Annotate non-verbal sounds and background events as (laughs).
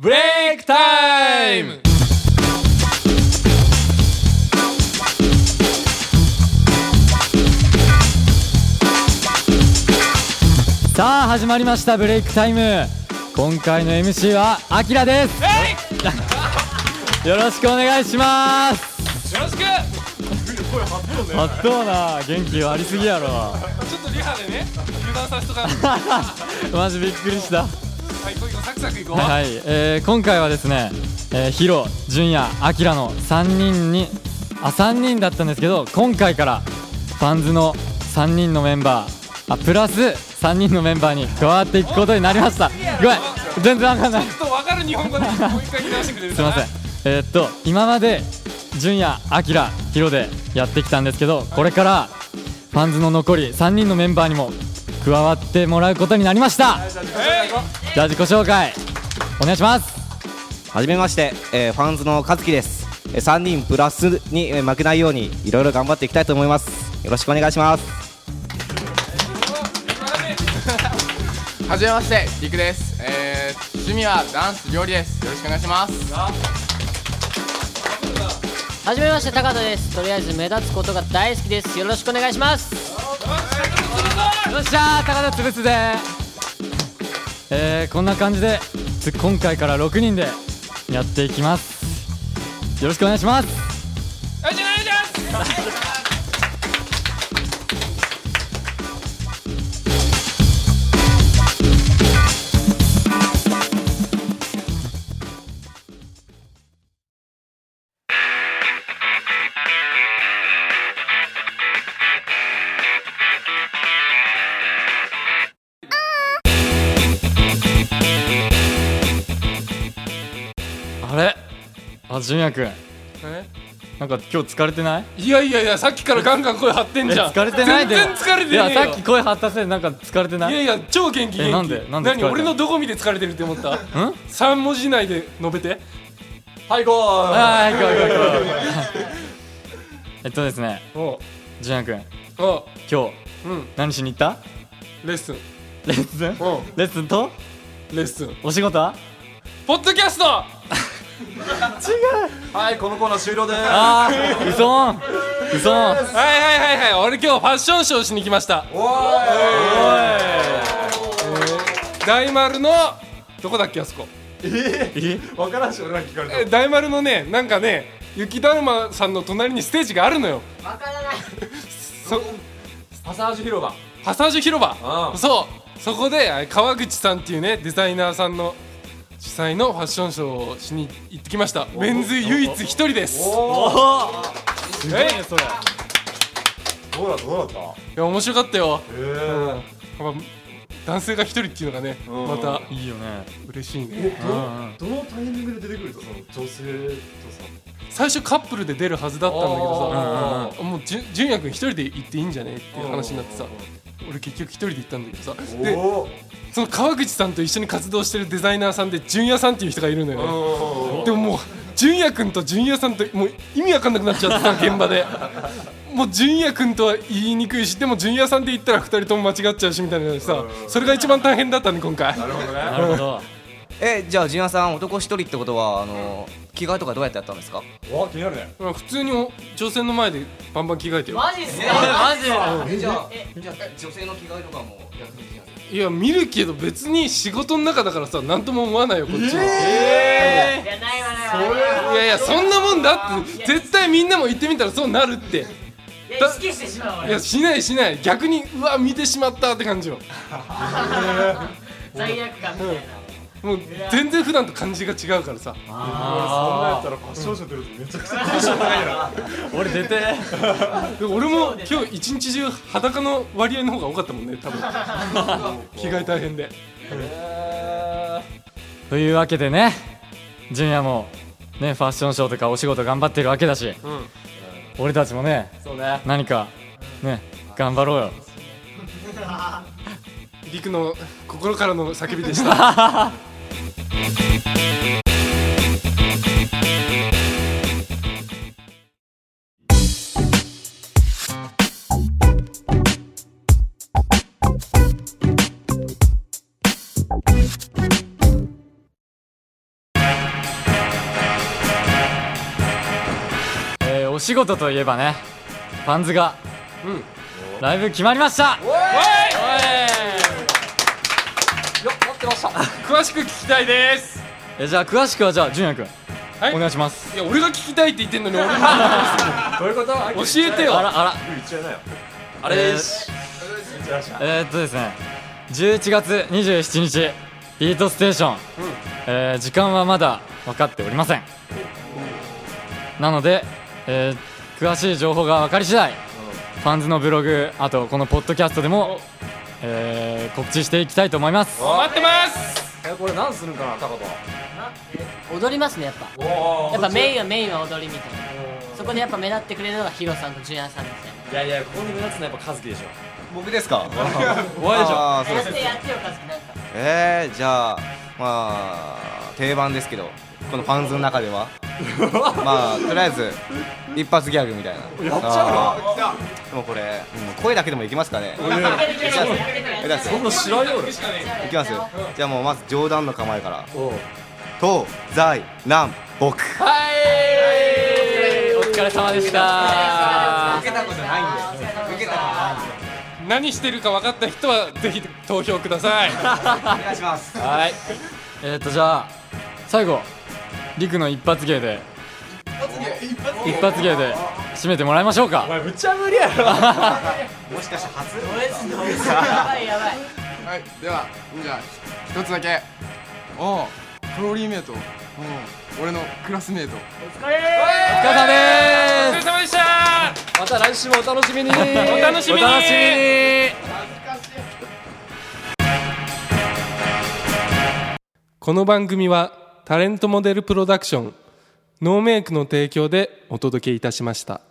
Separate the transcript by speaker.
Speaker 1: ブレイクタイム
Speaker 2: さあ始まりましたブレイクタイム今回の MC はアキラです
Speaker 1: (laughs)
Speaker 2: よろしくお願いします
Speaker 1: よろしく
Speaker 2: あっとうな元気ありすぎやろ
Speaker 1: ちょっとリハでね油断させ
Speaker 2: (laughs)
Speaker 1: とかんと
Speaker 2: マジびっくりした
Speaker 1: はいこういうのサクサクいこう、
Speaker 2: はい、はいえー今回はですね、えー、ヒロ、ジュンヤ、アキラの3人にあ3人だったんですけど今回からバンズの3人のメンバーあプラス3人のメンバーに加わっていくことになりましたごめん全然わかんない
Speaker 1: ちょっと分かる日本語でもう一回言い直してくれる
Speaker 2: すいませんえーっと今まで純也、アキラ、ヒロでやってきたんですけどこれからファンズの残り3人のメンバーにも加わってもらうことになりました
Speaker 1: えい
Speaker 2: じゃあ自己紹介お願いします
Speaker 3: はじめまして、えーファンズの和樹です、えー、3人プラスに、えー負けないようにいろいろ頑張っていきたいと思いますよろしくお願いします
Speaker 4: はじめまして、りくです、えー、趣味はダンス料理ですよろしくお願いします
Speaker 5: はじめまして高田ですとりあえず目立つことが大好きですよろしくお願いします
Speaker 2: よっしゃー高田潰すぜえー、こんな感じでつ今回から6人でやっていきますよろしくお願いします
Speaker 1: はいじゃあお願いします
Speaker 2: あれあ純也くん
Speaker 1: え
Speaker 2: なんか今日疲れてない
Speaker 1: いやいやいやさっきからガンガン声張ってん
Speaker 2: え
Speaker 1: じゃん
Speaker 2: 疲れてないで
Speaker 1: 全然疲れてねえよ
Speaker 2: いやさっき声張ったせいでなんか疲れてない
Speaker 1: いやいや超元気元気
Speaker 2: えなんでなんで疲れた
Speaker 1: 何俺のどこ見て疲れてるって思った
Speaker 2: ん
Speaker 1: 3文字以内で述べてはいゴー
Speaker 2: あー行こう行こう行こうえっとですね
Speaker 1: おう
Speaker 2: 純也くん
Speaker 1: おう
Speaker 2: 今日
Speaker 1: うん
Speaker 2: 何しに行った
Speaker 1: レッスン
Speaker 2: レッスン
Speaker 1: おう
Speaker 2: レッスンと
Speaker 1: レッスン
Speaker 2: お仕事は
Speaker 1: ポッドキャスト
Speaker 6: はい、このコーナー終了です。
Speaker 2: あー嘘もん嘘もん
Speaker 1: はいはいはいはい俺今日ファッションショーしに来ましたおーい大丸のどこだっけあそこ
Speaker 2: え
Speaker 6: わからんし、俺ら聞かれた。
Speaker 1: え大丸のねなんかね雪だるまさんの隣にステージがあるのよ
Speaker 5: わからない
Speaker 1: そ
Speaker 6: パサージュ広場。
Speaker 1: パサージュ広場
Speaker 6: うん
Speaker 1: そうそこであ川口さんっていうねデザイナーさんの主催のファッションショーをしに行ってきましたメンズ唯一一人です
Speaker 2: すごいねそれ
Speaker 6: どうだった、どうだっ
Speaker 1: いや面白かったよ
Speaker 6: た。え
Speaker 1: やっぱ男性が一人っていうのがね
Speaker 6: うん
Speaker 1: また
Speaker 2: いいよね
Speaker 1: 嬉しいね
Speaker 6: えど、どのタイミングで出てくると、その女性とさ。
Speaker 1: 最初カップルで出るはずだったんだけどさ
Speaker 2: うんうんうん
Speaker 1: もうじゅ純也君一人で行っていいんじゃねっていう話になってさ俺結局一人で行ったんだけどさ
Speaker 6: で、
Speaker 1: でその川口さんと一緒に活動してるデザイナーさんで純也さんっていう人がいるのよねでももう純也君と純也さんともう意味わかんなくなっちゃってさ現場でもう純也君とは言いにくいしでも純也さんで行ったら二人とも間違っちゃうしみたいなさそれが一番大変だったね今回
Speaker 2: なるほど
Speaker 3: えじゃあジュンヤさん男一人ってことはあの着替えとかどうやってやったんですか
Speaker 6: わ、気になるね。
Speaker 1: 普通にお女性の前でバンバン着替えてよ
Speaker 5: マジっすか
Speaker 3: えじゃあじゃあ女性の着替えとかもやってみて
Speaker 1: いや見るけど別に仕事の中だからさ何とも思わないよこっちは、
Speaker 5: いやないわないわないわ
Speaker 1: いやいやそんなもんだって絶対みんなも言ってみたらそうなるって
Speaker 5: いや意識してしまうわ
Speaker 1: いやしないしない逆にうわ見てしまったって感じよ
Speaker 5: 罪悪感みたいな
Speaker 1: もう全然普段と感じが違うからさ
Speaker 6: そんなやったら、ファッションショー出ると、めちゃくちゃテンション高いな。
Speaker 2: 俺出て
Speaker 1: で俺も今日一日中裸の割合の方が多かったもんね多分着替え大変で
Speaker 2: というわけでね純也もねファッションショーとかお仕事頑張ってるわけだし、俺たちもね
Speaker 1: そうね
Speaker 2: 何かね頑張ろうよ
Speaker 1: 陸の心からの叫びでした
Speaker 2: 仕事といえばねパンズが、
Speaker 1: ん
Speaker 2: ライブ決まりました
Speaker 1: 詳しく聞きたいです
Speaker 2: えじゃあ詳しくはじゃあ純也君
Speaker 1: はい
Speaker 2: お願いします
Speaker 1: いや俺が聞きたいって言ってんのに俺も
Speaker 6: どういうこと
Speaker 1: 教えてよ
Speaker 2: あらあら
Speaker 6: 言っちゃいなよ
Speaker 2: あれですえー、っとですね11月27日ビートステーション、えー時間はまだ分かっておりませんなので、えー詳しい情報が分かり次第ファンズのブログあとこのポッドキャストでも、えー告知していきたいと思います
Speaker 1: 待ってます
Speaker 6: えこれ何するんかなタカト
Speaker 5: 踊りますねやっぱやっぱメインはメインは踊りみたいなそこでやっぱ目立ってくれるのがヒロさんとジュニアさんみ
Speaker 7: いやいやここに目立つのはやっぱ和樹でしょ
Speaker 3: 僕ですか
Speaker 7: お
Speaker 3: (laughs)
Speaker 7: 前でしょ
Speaker 3: あーそ
Speaker 5: たいうな
Speaker 3: で
Speaker 5: や
Speaker 3: す
Speaker 5: ってやってよカズキなんか
Speaker 3: えー、じゃあまあ定番ですけどこのファンズの中で (laughs) はまあとりあえず一発ギャグみたいなやっちゃうなでもこれ、うん声だけでもいきますかねえだって
Speaker 7: そんな知らんよ俺
Speaker 3: いきますよじゃあもうまず冗談の構えから東西南北
Speaker 7: はいお疲れ様でした
Speaker 1: 何してるか分かった人はぜひ投票ください
Speaker 7: はい
Speaker 2: えー、っとじゃあ最後リクの一発芸で一発芸で締めてもらいましょうか
Speaker 7: お前無茶ぶりやろ
Speaker 5: やばいやばい
Speaker 4: はいではじゃあひ一つだけおうフローリーメイトおう俺のクラスメイト
Speaker 2: お疲れ様で
Speaker 1: お
Speaker 2: ー
Speaker 1: 疲れ様でした
Speaker 7: また来週もお楽しみにお
Speaker 1: (laughs) お楽しみに
Speaker 7: 楽しみに
Speaker 1: この番組はタレントモデルプロダクションノーメイクの提供でお届けいたしました。